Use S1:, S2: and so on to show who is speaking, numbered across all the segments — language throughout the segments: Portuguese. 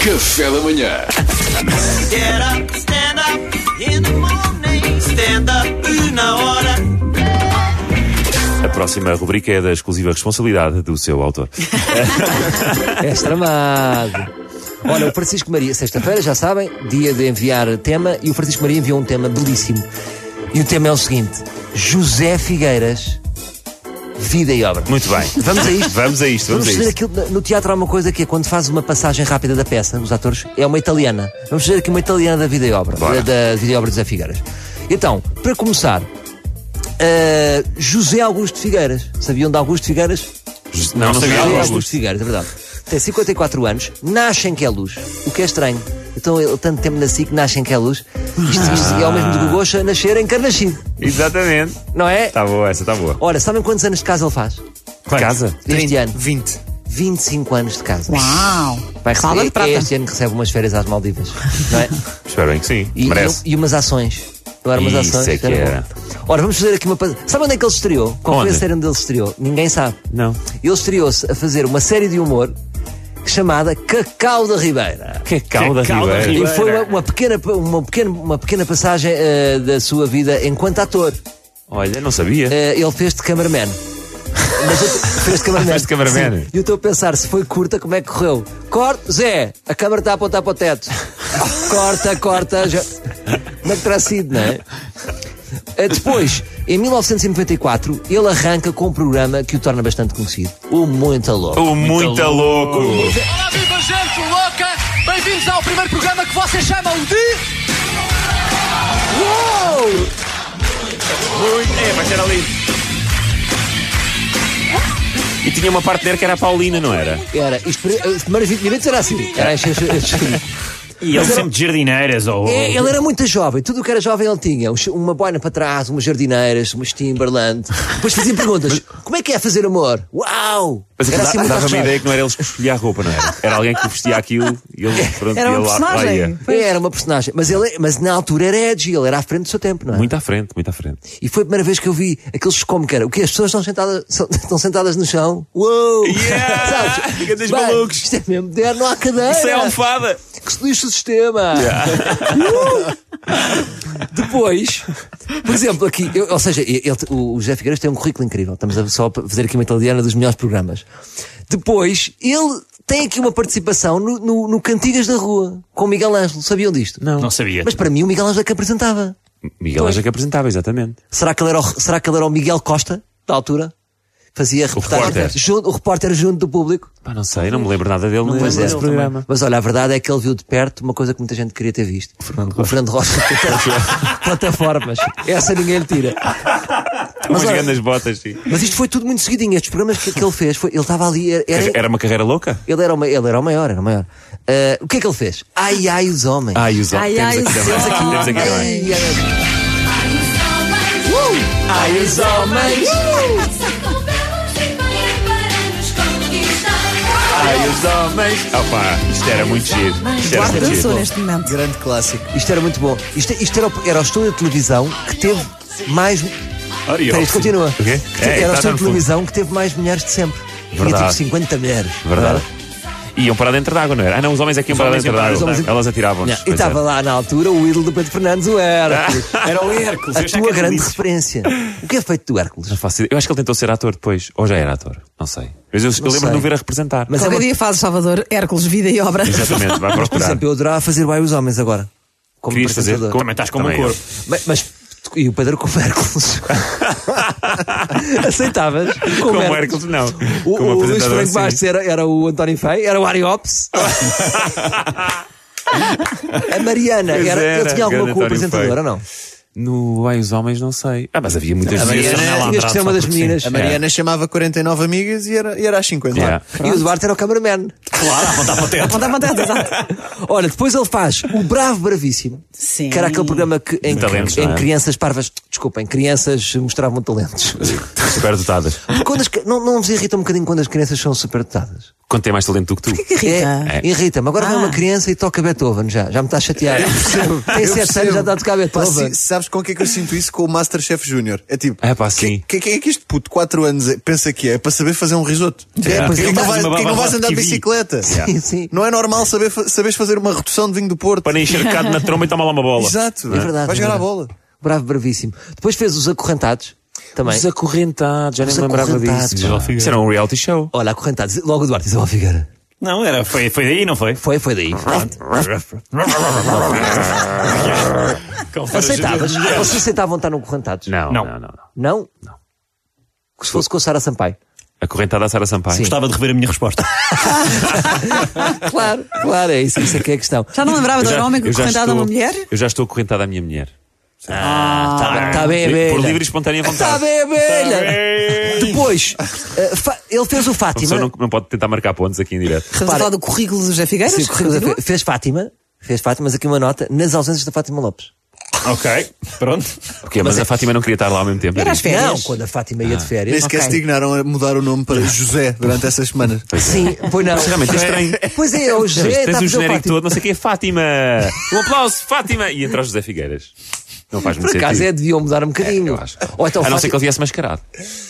S1: Café da manhã.
S2: Get up, stand up in the morning. Stand up na hora.
S3: A próxima rubrica é da exclusiva responsabilidade do seu autor.
S4: És tramado. É Olha, o Francisco Maria, sexta-feira, já sabem, dia de enviar tema, e o Francisco Maria enviou um tema belíssimo. E o tema é o seguinte: José Figueiras, vida e obra.
S3: Muito bem.
S4: Vamos a isto.
S3: Vamos a isto, vamos, a
S4: Vamos fazer
S3: isto.
S4: aquilo. No teatro há uma coisa que é quando fazes uma passagem rápida da peça, dos atores, é uma italiana. Vamos fazer aqui uma italiana da vida e obra.
S3: Bora.
S4: Da, da vida e obra de José Figueiras. Então, para começar, eh, José Augusto Figueiras. Sabiam de Augusto Figueiras?
S3: Não, não sabia.
S4: José
S3: Augusto.
S4: Augusto Figueiras, é verdade. Tem 54 anos, nasce em Queluz, o que é estranho. Então ele tanto tempo nasci que nasce em Queluz. Isto, isto é o mesmo
S3: Ah.
S4: do Gogocha nascer em Carnascido,
S3: Exatamente.
S4: não é?
S3: Está boa essa, está boa.
S4: Ora, sabem quantos anos de casa ele faz?
S3: Casa?
S4: Este ano?
S5: 20.
S4: 25 anos de casa.
S5: Uau!
S4: Vai
S5: Salva de
S4: receber,
S5: prata.
S4: é este ano que recebe umas férias às Maldivas, não é?
S3: Espero bem que sim.
S4: E,
S3: Merece.
S4: e, e umas ações. Não eram umas
S3: Isso
S4: ações.
S3: é que
S4: era bom.
S3: era.
S4: Ora, vamos fazer aqui uma. pa- Sabe onde é que ele se estreou? Qual foi a
S3: Onde?
S4: série onde ele se estreou? Ninguém sabe.
S3: Não.
S4: Ele estreou-se a fazer uma série de humor chamada Cacau da Ribeira.
S3: Cacau da Ribeira.
S4: E foi uma, uma pequena, uma, pequena, uma pequena passagem eh, da sua vida enquanto ator.
S3: Olha, não sabia.
S4: Eh, ele fez de cameraman. Mas eu, fez de cameraman.
S3: Fez de cameraman.
S4: Sim. E eu estou a pensar, se foi curta, como é que correu? Corta, Zé, a câmara está a apontar para o teto. Corta, corta. Já... Como é que terá sido, não é? Eh, Depois, em 1994, ele arranca com um programa que o torna bastante conhecido: O Muita Louca.
S3: O muito louco.
S6: Olá, viva gente louca! Bem-vindos ao primeiro programa que vocês chamam de.
S3: É, vai ser ali. E tinha uma parte dele que era a Paulina, não era?
S4: Era, isto, pre- os primeiros 20 minutos era assim. Era encher- encher-
S3: E ele sempre de jardineiras ou.
S4: É, ele era muito jovem, tudo o que era jovem ele tinha. Um ch- Uma boina para trás, umas jardineiras, umas Timberland. Depois fazia perguntas: como é que é fazer amor? Uau!
S3: Mas é
S4: Era
S3: aquilo
S4: assim
S3: dava- dava
S4: muito
S3: uma
S4: arrojado.
S3: ideia que não era eles que escolhia a roupa, não era? Era alguém que vestia aquilo e ele, pronto,
S5: Era
S3: e
S4: um
S5: uma
S3: ele lá- lá
S5: personagem.
S3: ia.
S4: Era uma personagem, mas, ele, mas na altura era edgy, ele era à frente do seu tempo, não é?
S3: Muito à frente, muito à frente.
S4: E foi a primeira vez que eu vi aqueles como que era. O que As pessoas estão sentadas, são- estão sentadas no chão. Uou!
S3: Yeah!
S4: Sabes?
S3: Fica dos
S4: Bem,
S3: malucos. um
S4: Isto é mesmo moderno, não há cadeira.
S3: é almofada!
S4: que se lixe o sistema. Uh! Depois, por exemplo, aqui, eu- ou seja, ele- o, o José Figueiras tem um currículo incrível. Estamos a, só a fazer aqui uma italiana dos melhores programas. Depois, ele tem aqui uma participação no, no, no Cantigas da Rua com o Miguel Ângelo. Sabiam disto? Não.
S7: Não sabia.
S4: Mas para mim, o Miguel Ângelo é que apresentava.
S3: Miguel Ângelo que apresentava, exatamente.
S4: Será que ele era o, será que ele era o Miguel Costa, da altura? Fazia reportagem.
S3: repórter.
S4: Junto, o repórter junto do público.
S3: Pá, não sei, não me lembro nada dele
S4: Pois
S3: nesse
S4: é.
S3: nesse programa.
S4: Mas olha, a verdade é que ele viu de perto uma coisa que muita gente queria ter visto. O Fernando Rocha. Plataformas. Essa ninguém lhe tira.
S3: Umas
S4: olha-
S3: grandes botas, sim.
S4: Mas isto foi tudo muito seguidinho. Estes programas que, que ele fez, foi- ele estava ali. Era,
S3: Era- Era uma carreira louca?
S4: Ele, era o, ma- ele era o maior, era o maior. Ah, o que é que ele fez? Ai, ai, os homens.
S3: Ai, os
S5: Ai,
S3: homens.
S5: ai,
S3: Temos aqui também.
S5: os
S3: Temos aqui também.
S4: ai, ai. Uh! Ai, os homens.
S3: Ai, os homens. Opa, isto era muito giro. Isto era
S5: Duarte
S3: muito
S5: dançou
S3: giro.
S5: neste momento.
S4: Grande clássico. Isto era muito bom. Isto, isto era, o- era o estúdio de televisão que teve mais.
S3: Ora, e
S4: Espera,
S3: eu-
S4: Então, isto continua.
S3: O quê? É,
S4: Que
S3: está
S4: era o estúdio
S3: no
S4: de
S3: fundo.
S4: televisão que teve mais mulheres de sempre. Tinha
S3: Verdade.
S4: tipo 50 mulheres.
S3: Verdade.
S4: não
S3: Iam para dentro d'água, não era? Ah, não, os homens é que iam para
S7: homens
S3: dentro
S7: iam para
S3: d'água.
S4: dentro d'água.
S3: Elas atiravam-nos.
S4: era? E
S3: Pois
S4: estava
S3: é. Ah.
S4: lá na altura o ídolo do Pedro Fernandes, o Hércules.
S7: Era o Hércules.
S4: A
S7: eu já
S4: tua
S7: que
S4: grande
S7: disse.
S4: referência. O que é feito do Hércules?
S3: Não faço ideia. Eu acho que ele tentou ser ator depois. Ou já era ator. Não sei. Mas eu, eu lembro de
S4: sei.
S3: o ver a representar.
S4: Mas é
S5: Qualquer
S4: uma-
S5: dia fazes Salvador, Hércules, vida e obra.
S3: Exatamente, vai
S4: Por
S3: procurar.
S4: exemplo, eu adorava fazer o Ai os Homens agora. Como
S3: Querias fazer?
S4: apresentador.
S7: Também estás com
S3: Também tá um
S7: uma cor.
S3: eu.
S4: Mas, mas- e o Pedro com o Hércules? Aceitavas? Com o
S3: Como Hércules, não.
S4: O,
S3: Como
S4: o Luís
S3: apresentador, assim.
S4: Franco
S3: sim.
S4: Bastos era, era o António Fei, era o Ariops. a Mariana,
S3: Pois
S4: era,
S3: era,
S4: ele tinha alguma
S3: grande
S4: com o
S3: António Feio.
S4: apresentadora, não?
S3: No Ai, os homens, não sei. Ah, mas havia muitas
S4: A
S3: vezes.
S7: Mariana-
S4: Mariana, tinhas que ser uma das meninas.
S3: A
S4: Yeah.
S5: Mariana chamava 49 amigas e era, e era às 50.
S3: Yeah.
S4: E o Duarte era o cameraman.
S7: Claro, apontar para o teto.
S5: Aponta, aponta, exato.
S4: Olha, depois ele faz o Bravo Bravíssimo,
S5: Sim.
S4: que era aquele programa que em,
S3: talentos,
S4: em
S3: não é?
S4: crianças parvas, desculpem, crianças mostravam talentos.
S3: Super dotadas.
S4: Quando as, cri- não, não vos irrita um bocadinho quando as crianças são superdotadas?
S3: Quando tem mais talento do que tu.
S5: Que irrita.
S4: É, Irrita-me. Agora vem
S5: Ah.
S4: uma criança e toca Beethoven já. Já me está a chatear. Tem
S5: Eu
S4: 7 anos
S5: percebo.
S4: já está a tocar
S5: Pá,
S4: Beethoven.
S5: se- sabes com o que é que eu sinto isso? Com o Masterchef Júnior. É tipo,
S3: É pá,
S5: que-
S3: sim.
S5: que, que é que este puto 4 anos é- pensa que é? É para saber fazer um risoto. É,
S4: pois
S5: porque
S4: ele
S5: é que não
S4: faz
S5: vais-
S3: uma
S5: porque é que não vais
S3: babá
S5: andar de
S3: TV.
S5: bicicleta?
S4: Sim, sim.
S5: Não é normal saber, fa- saberes fazer uma redução de vinho do Porto.
S3: Para nem encharcado na tromba e tomar lá uma bola.
S5: Exato.
S4: É verdade.
S5: Vais
S4: é
S5: jogar
S4: verdade.
S5: à bola.
S4: Bravo, bravíssimo. Depois fez os acorrentados também.
S3: Os acorrentados, já nem
S4: Os
S3: me lembrava
S4: acorrentados,
S3: disso.
S4: pá.
S3: Isso era um reality show.
S4: Olha, acorrentados. Logo o Duarte Isabel Figueira.
S7: Não, era, foi, foi daí, não foi?
S4: Foi, foi daí. Pronto. Aceitavas? Vocês aceitavam estar no acorrentados?
S3: Não, não,
S7: Não.
S3: não. não.
S4: Não? Não. Se fosse com a Sara Sampaio.
S3: Acorrentada à Sara Sampaio.
S4: Sim.
S7: Gostava de rever a minha resposta.
S4: Claro, claro, é isso, isso é que é a questão.
S5: Já não lembrava
S3: Eu
S5: do
S3: já-
S5: homem que
S3: eu já
S5: correntado a
S3: estou-
S5: uma mulher?
S3: Eu já estou acorrentada à minha mulher.
S4: Está bem, abelha.
S3: Por livre e espontânea
S4: Está
S3: vontade.
S4: tá bem, abelha.
S3: Ei!
S4: Depois, eh, fa- ele fez o
S3: A pessoa
S4: Fátima.
S3: não, não pode tentar marcar pontos aqui em direto.
S5: Estamos a falar do currículo do José Figueiras?
S4: Sim, o currículo da- fez Fátima. Fez Fátima, mas aqui uma nota, nas ausências da Fátima Lopes.
S7: ok, pronto.
S3: Porque, mas, a Fátima não queria estar lá ao mesmo tempo.
S5: Era às férias.
S4: Não, quando a Fátima ia de
S5: Nem
S4: férias.
S5: sequer
S4: Ok.
S5: se dignaram a mudar o nome para José durante essas semanas.
S4: Sim, pois não.
S3: Mas realmente é estranho.
S4: Pois é, o José
S3: Tens,
S4: está a
S3: tens o
S4: fazer o
S3: genérico
S4: Fátima.
S3: todo, não sei o quê, Fátima. Um aplauso, Fátima. E entra o José Figueiras. Não faz muito
S4: Por acaso é,
S3: sentido.
S4: deviam mudar um bocadinho.
S3: É, Eu acho.
S4: Ou então
S3: a não ser
S4: Fátima-
S3: que ele viesse mascarado.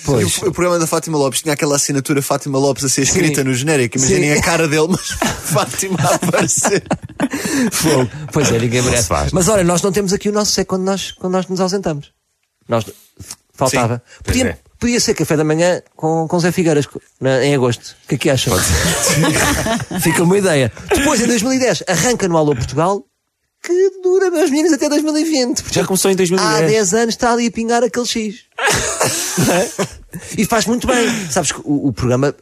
S4: Pois.
S5: O, o programa da Fátima Lopes tinha aquela assinatura Fátima Lopes a ser escrita no genérico. Imaginem
S4: Sim.
S5: a cara dele, mas Fátima a aparecer.
S4: Fogo. Pois é, ninguém merece.
S3: faz.
S4: Mas olha, nós não temos aqui o nosso sé quando nós, quando nós nos ausentamos. Nós faltava.
S3: pois
S4: Podia,
S3: é.
S4: podia ser café da manhã com, com Zé Figueiras co- na- em agosto. O que é que acham? Fica uma ideia. Depois, em 2010, arranca no Alô Portugal, que dura, meus meninos, até 2020.
S3: Já começou em
S4: Há
S3: 2010.
S4: 10 Ah, anos está ali a pingar aquele X. é. Não é? E faz muito bem. Sabes que o, o programa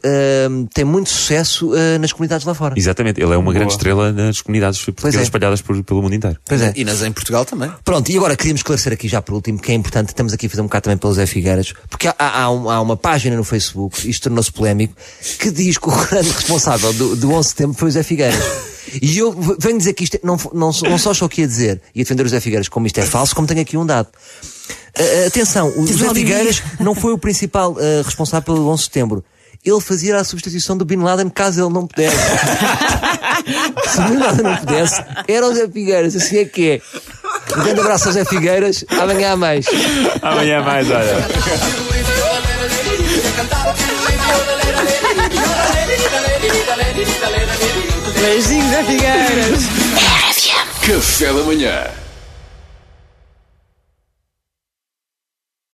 S4: ahm, tem muito sucesso ah, nas comunidades lá fora.
S3: Exatamente, ele é uma grande estrela nas comunidades portuguesas
S4: é.
S3: espalhadas por- pelo mundo inteiro.
S4: Pois é.
S5: E nas em Portugal também.
S4: Pronto, e agora queríamos esclarecer aqui já por último que é importante, estamos aqui a fazer um bocado também pelo Zé Figueiras, porque há, há- há um- há uma página no Facebook, isto tornou-se polémico, que diz que o grande responsável do, do 11 de setembro foi o Zé Figueiras. E eu v- venho dizer que isto é- não, fo- não, só- não só só aqui a dizer e a defender o Zé Figueiras como isto é falso, como tenho aqui um dado. A- a- atenção, o Zé Figueiras não foi o principal eh, responsável pelo 11 de setembro. Ele fazia a substituição do Bin Laden caso ele não pudesse. Se o Bin Laden não pudesse, era o Zé Figueiras, assim é que é. Um grande abraço ao Zé Figueiras. Amanhã há mais.
S3: Amanhã mais, olha.
S1: Café da Manhã